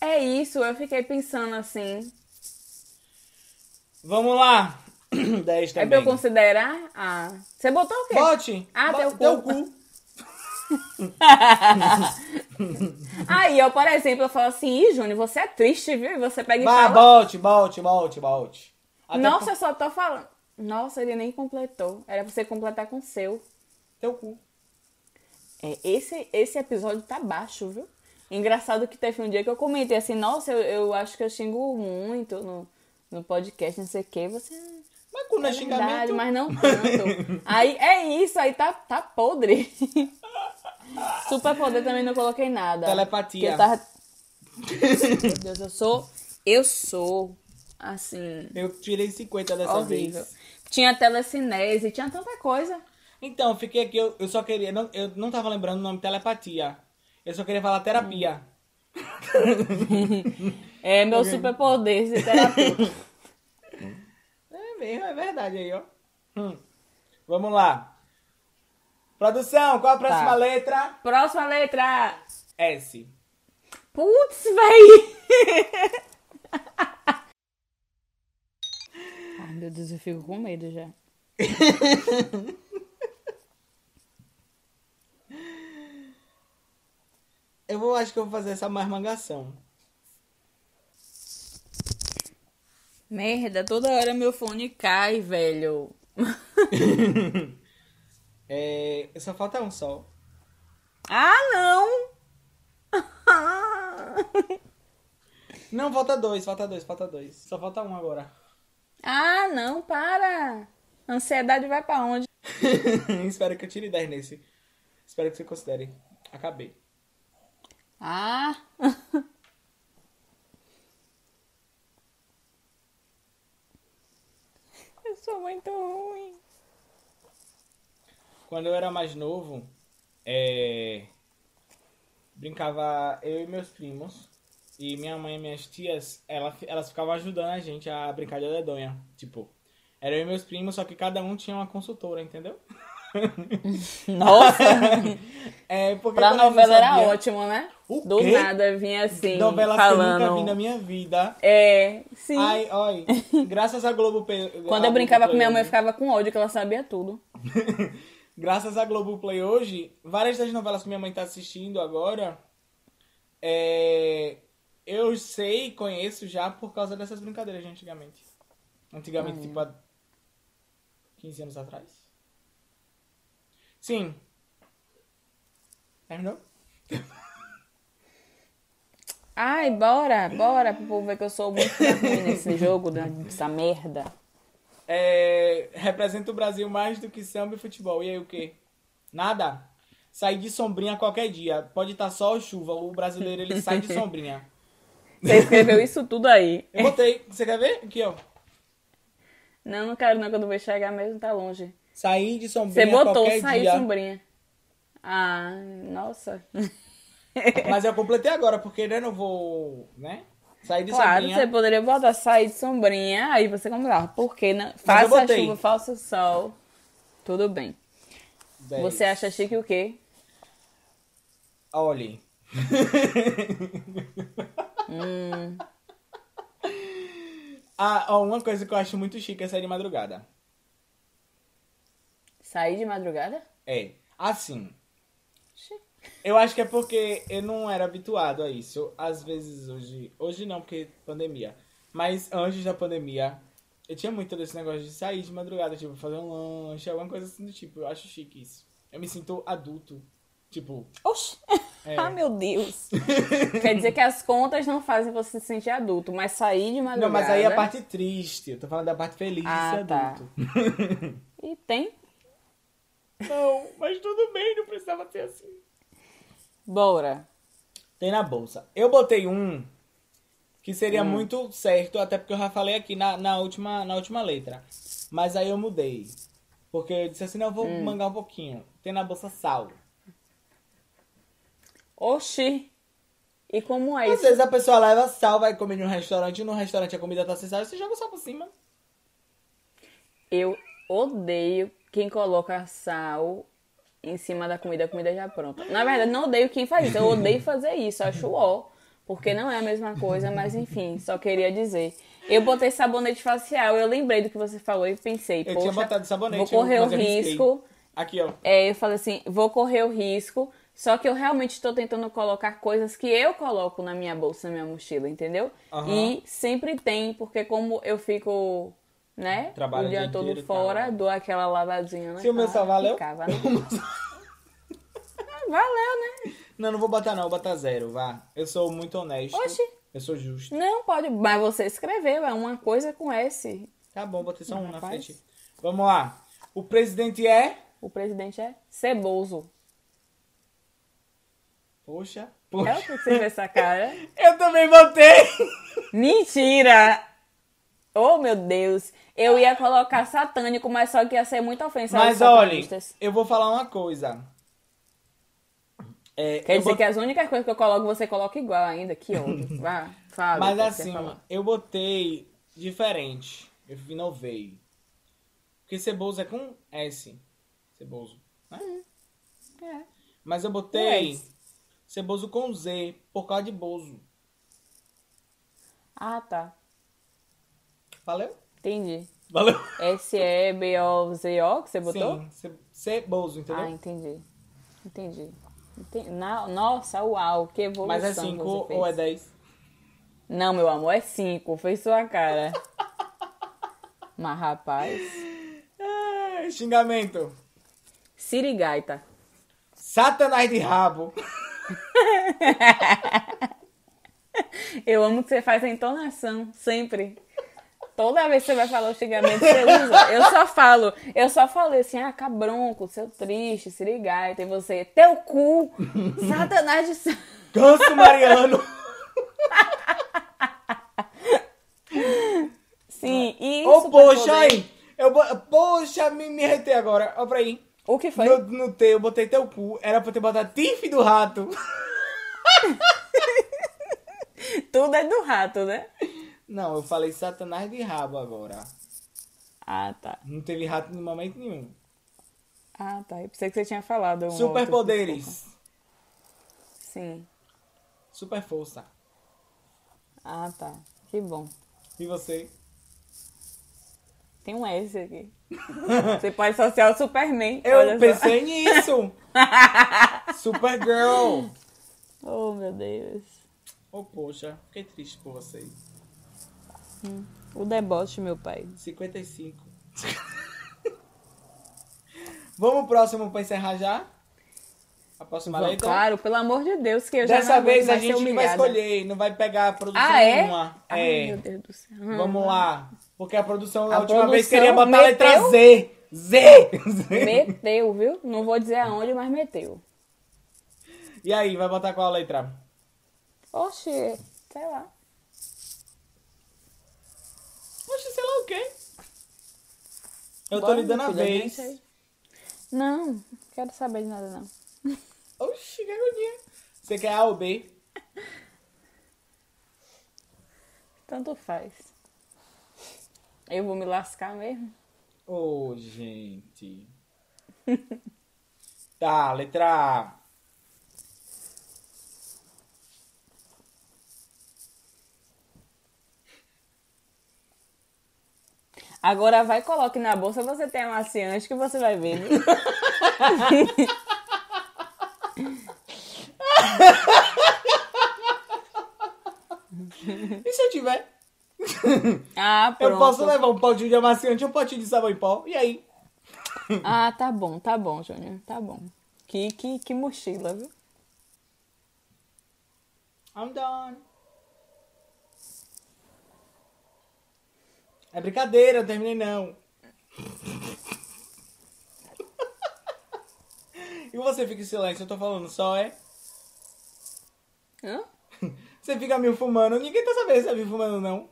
É isso, eu fiquei pensando assim.
Vamos lá.
É
(clears throat) 10
pra
também.
eu considerar? Ah, você botou o quê?
Bote.
Ah,
Bo-
teu cu.
Teu cu.
(laughs) Aí, eu, por exemplo, eu falo assim, Ih, Júnior, você é triste, viu? E você pega e
Vá,
fala.
bote, bote, bote, bote. Até
Nossa,
com-
eu só tô falando. Nossa, ele nem completou. Era pra você completar com o seu.
Teu cu.
É, esse, esse episódio tá baixo, viu? Engraçado que teve um dia que eu comentei assim, nossa, eu, eu acho que eu xingo muito no, no podcast, não sei o quê. Você.
Mas quando é,
É verdade,
xingamento.
mas não tanto. aí é isso, aí tá, tá podre. Super poder também não coloquei nada.
Telepatia.
Porque Eu tava... Meu Deus, eu sou. Eu sou assim.
Eu tirei 50 dessa
horrível.
vez.
Tinha telecinese, tinha tanta coisa.
Então, eu fiquei aqui, eu, eu só queria. Não, eu não tava lembrando o nome telepatia. Eu só queria falar terapia.
É meu super poder ser terapeuta.
É mesmo, é verdade aí, ó. Hum. Vamos lá. Produção, qual a próxima
Tá.
letra?
(laughs) Próxima letra.
S.
Putz, véi. (laughs) Ai, meu Deus, eu fico com medo já.
Eu vou, acho que eu vou fazer essa marmangação.
Merda, toda hora meu fone cai, velho.
É, só falta um só.
Ah, não! (laughs)
Não, falta dois, falta dois, falta dois. Só falta um agora.
Ah, não, para! Ansiedade vai pra onde?
(laughs) Espero que eu tire 10 nesse. Espero que
(laughs)
você considere. Acabei.
Ah! muito ruim.
Quando eu era mais novo, é, brincava eu e meus primos. E minha mãe e minhas tias, ela, elas ficavam ajudando a gente a brincar de dedonha. Tipo, era eu e meus primos, só que cada um tinha uma
(laughs)
consultora, entendeu?
Nossa!
É,
(laughs)
porque
pra
quando a gente
novela era
sabia-
ótimo, né?
O
Do
quê?
nada vinha assim,
Novela que eu nunca vi na
falando.
minha vida.
É, sim.
Ai, ai. Graças a Globo Play.
Quando eu brincava com minha mãe, eu ficava com ódio, que ela sabia tudo.
Graças a Globoplay hoje, várias das novelas que minha mãe tá assistindo agora, é, eu sei, conheço já por causa dessas brincadeiras de antigamente. Antigamente, tipo há 15 anos atrás. Sim. Terminou?
Ai, bora, bora pro povo ver que eu sou muito ruim nesse (laughs) jogo, da- dessa merda.
É, representa o Brasil mais do que samba e futebol. E aí o quê? Nada. Sair de sombrinha qualquer dia. Pode estar sol ou chuva. O brasileiro ele sai de sombrinha.
Você escreveu isso tudo aí.
Eu botei. Você quer ver? Aqui, ó.
Não, não quero não, quando eu vou chegar mesmo, tá longe.
Sair de sombrinha
Você botou
qualquer
sair
dia.
sombrinha. Ah, nossa.
Mas eu completei agora, porque né, não vou, né? Sair de
(laughs) Claro,
sombrinha.
você poderia botar sair de sombrinha, aí você comprava. Porque não,
eu
faça
botei.
chuva, faça sol. Tudo bem.
Dez.
Você acha chique o quê?
Olhe.
Hum.
(laughs) ah, ó, uma coisa que eu acho muito chique é sair de madrugada.
Sair de madrugada?
É, assim,
Oxi.
Eu acho que é porque eu não era habituado a isso. Às vezes hoje. Hoje não, porque pandemia. Mas antes da pandemia, eu tinha muito desse negócio de sair de madrugada, tipo, fazer um lanche, alguma coisa assim do tipo. Eu acho chique isso. Eu me sinto adulto. Tipo,
Oxi!
É.
(laughs) Ah, meu Deus! Quer dizer que as contas não fazem você se sentir adulto, mas sair de madrugada.
não, mas aí a parte triste. Eu tô falando da parte feliz
Ah,
de ser
tá.
adulto.
E tem.
Não, mas tudo bem, não precisava ser assim.
Bora.
Tem na bolsa. Eu botei um que
Hum.
seria muito certo, até porque eu já falei aqui na, na, última, na última letra. Mas aí eu mudei. Porque eu disse assim, não, eu vou
Hum.
mangar um pouquinho. Tem na bolsa sal.
Oxi! E como é
Às
isso?
vezes a pessoa leva sal, vai comer em um restaurante, e no restaurante a comida tá sem sal, você joga sal por cima.
Eu odeio quem coloca sal em cima da comida, a comida já pronta. Na verdade, não odeio quem faz isso, eu odeio fazer isso, acho ó. Porque não é a mesma coisa, mas enfim, só queria dizer. Eu botei sabonete facial, eu lembrei do que você falou e pensei,
Eu
poxa,
tinha botado sabonete.
vou correr o
mas eu risquei.
risco.
Aqui, ó.
É, eu falei assim, vou correr o risco, só que eu realmente estou tentando colocar coisas que eu coloco na minha bolsa, na minha mochila, entendeu?
Aham.
E sempre tem, porque como eu fico, né,
Trabalha
o dia,
o dia
todo
inteiro e
fora,
tal. né?
dou aquela lavadinha, né?
Se (laughs) o meu só valeu?
Ficava, né? Ah, valeu, né?
Não, não vou botar não, vou botar zero, vá. Eu sou muito honesto.
Oxi.
Eu sou justo.
Não pode, mas você escreveu, é uma coisa com S.
Tá bom, botei só um na
Rapaz.
frente. Vamos lá. O presidente é...
O presidente é Ceboso.
Poxa,
É o
poxa.
que você vê essa cara?
Eu também botei!
Mentira! Oh, meu Deus! Eu ia colocar satânico, mas só que ia ser muita ofensa aos
Mas olha,
satanistas.
eu vou falar uma coisa. É,
Quer
eu
dizer
bot-
que as únicas coisas que eu coloco, você coloca igual ainda. Que
(laughs)
ódio. Vá, fala. o
Mas
que você
assim,
fala.
eu botei diferente. Eu inovei. Porque ceboso é com S. Ceboso, né?
É.
Mas eu
Com
botei
S.
ceboso com Z, por causa de bozo.
Ah, tá.
Valeu?
Entendi.
Valeu.
S-E-B-O-Z-O que você botou?
Sim, ce- ceboso, entendeu?
ah, entendi. Entendi. Entendi. Na- Nossa, uau, que evolução
Mas é 5
você fez.
ou é 10?
Não, meu amor, é 5. Fez sua
(laughs)
cara. Mas, rapaz...
Ah, xingamento.
Sirigaita.
Satanás de rabo.
Eu amo que você faz a entonação, sempre. Toda vez que você vai falar o xingamento, você usa. Eu só falo, eu só falei assim, ah, cabronco, seu triste, sirigaita, e você, teu
(laughs)
cu, satanás de... sa-"
Ganso Mariano.
Sim, e
Ô,
superpoder-
poxa, aí. Eu, bo- poxa, me, me retei agora. Olha pra aí.
O que foi?
No, no T, eu botei teu cu. Era pra ter botado Tiff do rato.
Tudo é do rato, né?
(laughs) Não, eu falei Satanás de rabo agora.
Ah, tá.
Não teve rato em momento nenhum.
Ah, tá. Eu pensei que você tinha falado. um outro,
Superpoderes.
desculpa. Sim.
Super força.
Ah, tá. Que bom.
E você?
Tem um S aqui. Você pode associar o Superman.
Eu
olha só.
pensei (laughs) nisso. Supergirl.
Oh, meu Deus.
Oh, poxa, fiquei triste por vocês.
O deboche, meu pai.
55. (laughs) Vamos pro próximo pra encerrar já? A próxima
Vamos,
letra?
Claro, pelo amor de Deus, que eu já
então, Dessa
não aguento
vez a
mais ser
gente que vai
humilhada.
escolher, não vai pegar a produção
Ah, é?
nenhuma.
Ai,
é.
meu Deus do céu.
Vamos lá. Porque a produção,
A
a última vez,
produção
queria botar a letra
meteu?
Z. Z! Z.
Meteu, viu? Não vou dizer aonde, mas meteu.
(laughs) E aí, vai botar qual letra?
Oxi, sei lá.
Poxa, sei lá o quê. Eu
Bora,
tô lhe dando a
minha filha, gente,
vez.
aí. Não, não quero saber de nada, não.
Oxi, que agonia. Você quer A ou B?
Tanto faz. Eu vou me lascar mesmo.
Ô,
(laughs)
gente. tá, letra A.
Agora vai, coloque na bolsa, você tem amaciante que você vai ver. né?
(laughs)
viu?
E se eu tiver?
Ah, pronto.
Eu posso levar um potinho de amaciante e um potinho de sabão em pó. E aí?
Ah, tá bom, tá bom, Júnior. Tá bom. Que, que, que mochila, viu?
I'm done. É brincadeira, eu terminei não. (laughs) e você fica em silêncio, eu tô falando só, é? (laughs)
Hã?
Você fica me fumando, ninguém tá sabendo se tá me fumando não.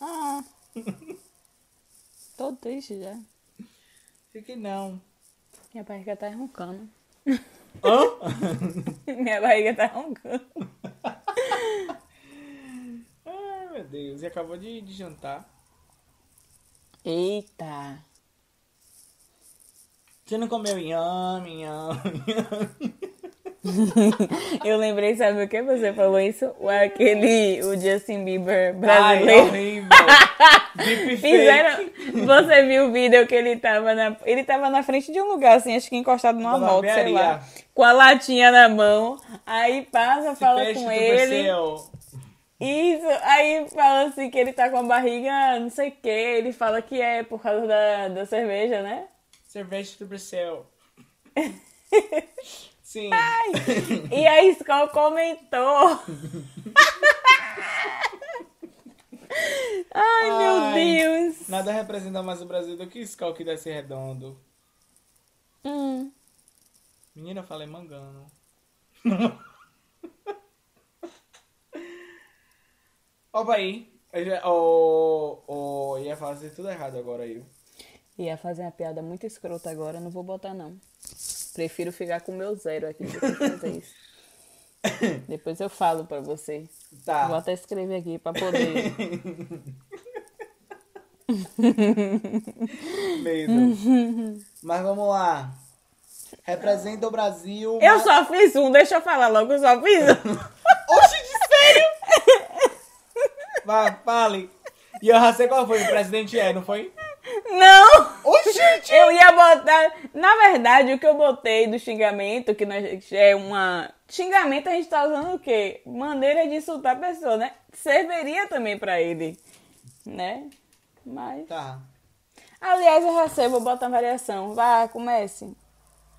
Ah. Tô triste já.
Fique não.
Minha barriga tá roncando.
Hã?
(laughs) Minha barriga tá roncando.
(laughs) Ai, meu Deus, e acabou de, de jantar.
Eita. (laughs)
Você não comeu inhame, inhame, inhame.
Eu lembrei, sabe o que você falou isso? O aquele, o Justin Bieber
Ai, é
brasileiro. (laughs)
horrível. Deep
Fizeram. Você viu o vídeo que ele tava na. Ele tava na frente de um lugar, assim, acho que encostado numa
Uma
moto, sei lá.
barbearia.
Com a latinha na mão. Aí passa, fala
Peixe
com
do
ele.
Perseu.
Isso, aí fala assim que ele tá com a barriga, não sei o que, ele fala que é por causa da, da cerveja, né?
Cerveja do Brasil. Sim.
E a Skol comentou. (laughs) Ai, meu
Ai.
Deus.
Nada representa mais o Brasil do que Skull que desce redondo.
Hum.
Menina, eu falei mangano. (laughs) Opa aí. Eu já- Ô, ô, ia fazer tudo errado agora eu.
Ia fazer uma piada muito escrota agora, não vou botar não. Prefiro ficar com o meu zero aqui do que fazer isso. Depois eu falo pra você.
Tá. (laughs)
Vou até escrever aqui pra poder.
Medo. Mas vamos lá. Representa o Brasil.
Eu só fiz um, deixa eu falar logo, eu só fiz um.
Oxe, de sério? Vai, fale. E eu já sei qual foi, o presidente é, não foi?
Não!
Oxe, gente!
Eu ia botar. Na verdade, o que eu botei do xingamento, que nós- é uma. Xingamento a gente tá usando o quê? Maneira de insultar a pessoa, né? Serviria também pra ele. Né? Mas.
Tá.
Aliás, eu já sei, vou botar uma variação. Vá, comece.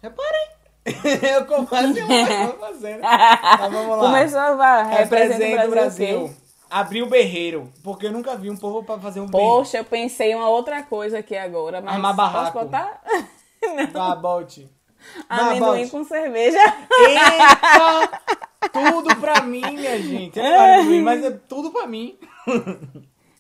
Reparem. (laughs) eu quase eu tô
(laughs)
fazendo. Mas Então, vamos lá.
Começou, vá.
né? Representa o
o
Brasil.
quê?
Abriu o berreiro. Porque eu nunca vi um povo pra fazer um berreiro.
Poxa, eu pensei em uma outra coisa aqui agora, mas.
Armar barraco.
Posso botar?
Vá, bote. Vá,
Amendoim
bote.
com cerveja.
Eita!
(laughs)
Tudo pra mim, minha gente. É amendoim, mas é tudo pra mim.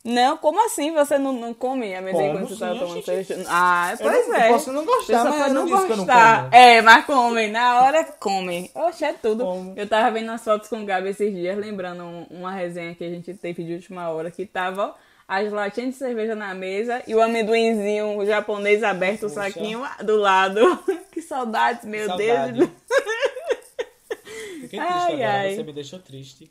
Não, como assim? Você não, não come a
Como
mesinha quando você tá
sim,
tomando
gente?
cerveja? Ah, pois
não-
é.
eu posso não gostar,
Você
mas
pode
eu não disse que eu não como. né?
É, mas come. Na hora, come. Oxe, é tudo.
Como.
Eu tava vendo as fotos com o Gabi esses dias, lembrando um- uma resenha que a gente teve de última hora, que tava ó, as latinhas de cerveja na mesa e o amendoinzinho japonês aberto, o
Poxa.
saquinho do lado. (laughs) que saudades, meu
Saudade.
Deus.
Fiquei triste
Ai,
agora,
ai.
você me deixou triste.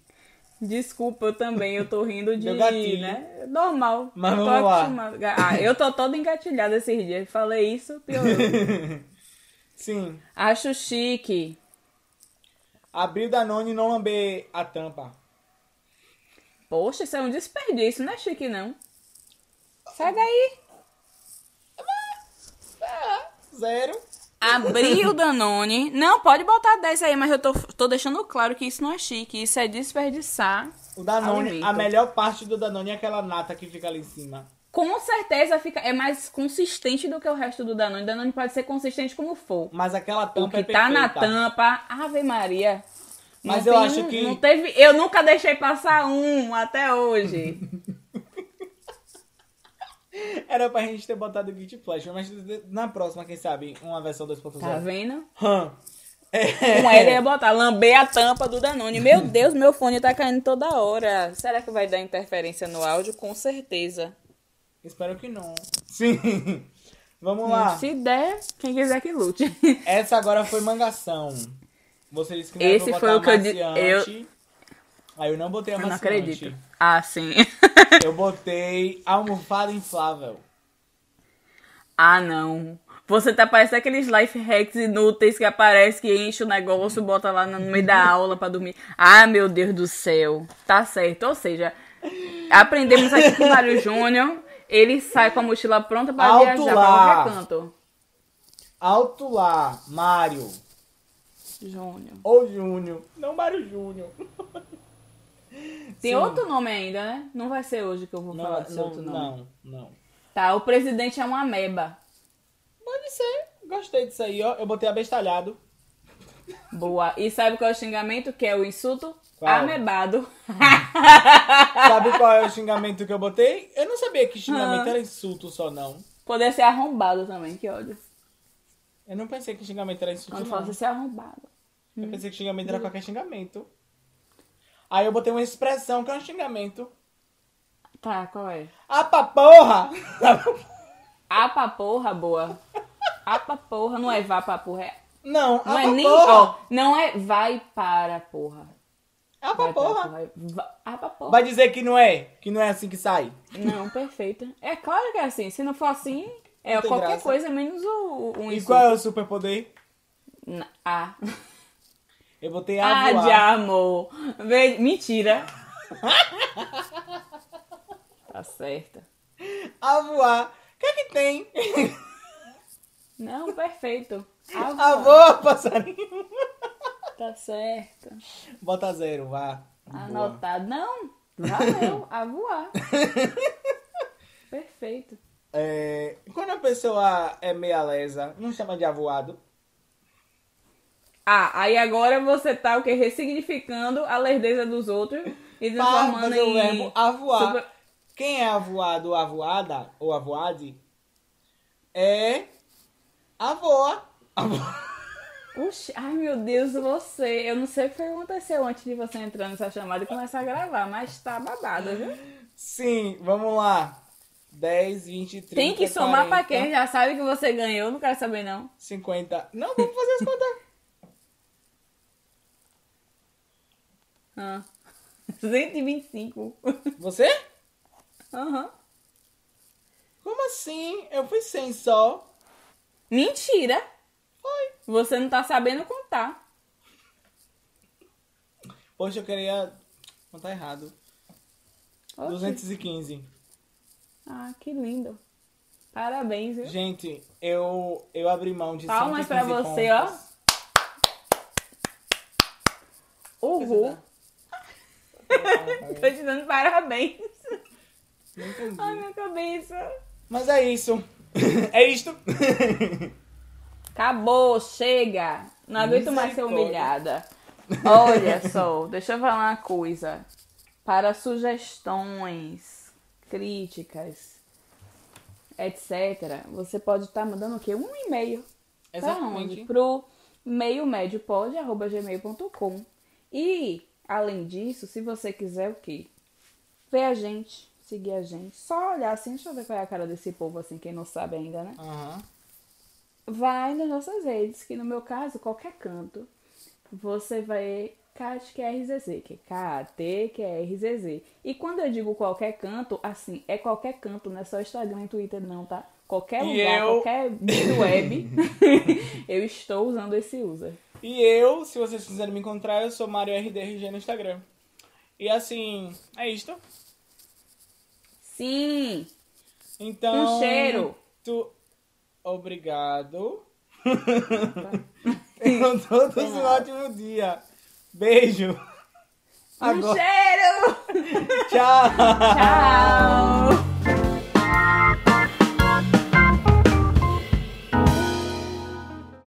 Desculpa, eu também, eu tô rindo de.
Meu gatilho.
né? Normal.
Mas
eu tô
vamos lá.
acostumada. Ah, eu tô toda engatilhada esses dias. Falei isso, piorou.
(laughs) Sim.
Acho chique.
Abrir o Danone e não lamber a tampa.
Poxa, isso é um desperdício, não é chique, não. Sai daí.
Zero.
Abri o Danone. Não, pode botar 10 aí, mas eu tô, tô deixando claro que isso não é chique. Isso é desperdiçar.
O Danone,
Alimento.
a melhor parte do Danone é aquela nata que fica ali em cima.
Com certeza fica, é mais consistente do que o resto do Danone. Danone pode ser consistente como for.
Mas aquela
O
tampa
que
é
tá na
perfeita.
tampa, Ave Maria. Não
Mas eu
tem
acho
um-
que-
Não teve, eu nunca deixei passar um até
(laughs)
hoje.
Era pra gente ter botado o Guilty Pleasure, mas na próxima, quem sabe, uma versão 2.0.
tá vendo?
Hum. (laughs)
Com é ela ia botar, lambei a tampa do Danone. Meu Deus, meu fone tá caindo toda hora. Será que vai dar interferência no áudio? Com certeza.
Espero que não. Sim. (laughs) Vamos lá.
Se der, quem quiser que
É
lute.
Essa agora foi mangação. Você disse que não
Esse
ia
foi
botar
o que eu di-
amaciante. Aí eu não botei
Eu não
amaciante.
acredito. Ah, sim. (laughs)
Eu botei almofada inflável.
ah, não. Você tá parecendo aqueles life hacks inúteis que aparece, que enche o negócio, bota lá no meio da aula pra dormir. Ah, meu Deus do céu. Tá certo. Ou seja, aprendemos aqui com o Mário Júnior. Ele sai com a mochila pronta pra
Alto
viajar
lá.
pra qualquer canto.
Alto lá, Mário.
Júnior.
Ou Júnior. Não Mário Júnior.
Tem outro nome ainda, né? Não vai ser hoje que eu vou falar
Não,
desse
não,
outro nome.
não, não.
Tá, o presidente é uma ameba.
Pode ser. Gostei disso aí, ó. Eu botei abestalhado.
Boa. E sabe qual é o xingamento? Que é o insulto?
Qual? (laughs)
Amebado.
Sabe qual é o xingamento que eu botei? Eu não sabia que xingamento
Ah.
era insulto só, não.
Poder ser arrombado também, que ódio.
Eu não pensei que xingamento era insulto,
Quando
não.
fala assim, hum. ser arrombado.
Eu pensei que xingamento era qualquer xingamento. Aí eu botei uma expressão que é um xingamento.
Tá, qual é?
Ah,
(laughs)
pra porra!
A pra porra, boa. A pra porra, não é vá pra porra. É...
Não, ah,
Não é
pra
nem.
porra!
Ó, não é vai para porra.
Ah, pra
Vai
porra!
Pra porra. Va- Ah, pra porra.
Vai dizer que não é, que não é assim que sai.
Não, perfeita. É claro que é assim. Se não for assim, é
Não tem
qualquer
graça.
coisa menos o, o
E
Um insulto.
qual é o superpoder?
Na- Ah.
Eu botei a
(laughs) Ah, de
voar.
amor. Ve-
(laughs)
Mentira. tá certa.
A voar. O que é que tem?
Não, perfeito.
A
Avó.
voa, (laughs) passarinho.
Tá certa.
Bota zero, vá.
Ah,
Boa.
Anotado. Não, (laughs) valeu. A voar. perfeito.
É, quando a pessoa é meia lesa, não chama de avoado.
Ah, aí agora você tá o quê? Ressignificando a lerdeza dos outros e transformando
Parvas, eu
em...
lembro, avoar.
super-
Quem é avoado ou avoada, ou avoade, é avoa. Avo-
Oxi, ai meu Deus, você. Eu não sei o que aconteceu antes de você entrar nessa chamada e começar a gravar, mas tá babada, viu?
Sim, vamos lá. 10, 20, 30,
Tem que somar
40,
pra quem já sabe que você ganhou, não quero saber não.
50. Não, vamos fazer as contas.
Ah. (laughs) 125.
Você?
Aham.
Como assim? Eu fui sem só.
Mentira!
Foi.
Você não tá sabendo contar.
Poxa, eu queria contar errado.
Oxi.
215.
Ah, que lindo. Parabéns, viu?
Gente, eu, eu abri mão de
Palmas
115
pra você, ó.
contas.
Uhul. Tô te dando tá
(laughs)
parabéns.
Não entendi.
Ai, minha cabeça.
(laughs) Mas é isso. (laughs) É isto.
Acabou, chega. Não aguento mais ser
Misericórdia.
humilhada. (laughs) Olha só, deixa eu falar uma coisa. Para sugestões, críticas, etc., você pode estar mandando o quê? Um e-mail. Pra onde?
Exatamente.
Tá, Pro meiomédiopod.gmail.com. E, além disso, se você quiser o quê? Ver a gente, seguir a gente. Só olhar assim, deixa eu ver qual é a cara desse povo assim, quem não sabe ainda, né?
Aham.
Vai nas nossas redes, que no meu caso, qualquer canto, você vai KATQRZZ, que é KATQRZZ. E quando eu digo qualquer canto, assim, é qualquer canto, não é só Instagram e Twitter não, tá? Qualquer
E
lugar,
eu-
qualquer vídeo
(laughs)
web, eu estou usando esse user.
E eu, se vocês quiserem me encontrar, eu sou Mario RDRG no Instagram. E assim, é isto.
Sim!
Então.
Um cheiro.
Tu...
(laughs)
Obrigado. (laughs) Tenham todos um ótimo dia. Beijo. (laughs)
Um
Agora. (laughs)
cheiro!
Tchau.
Tchau!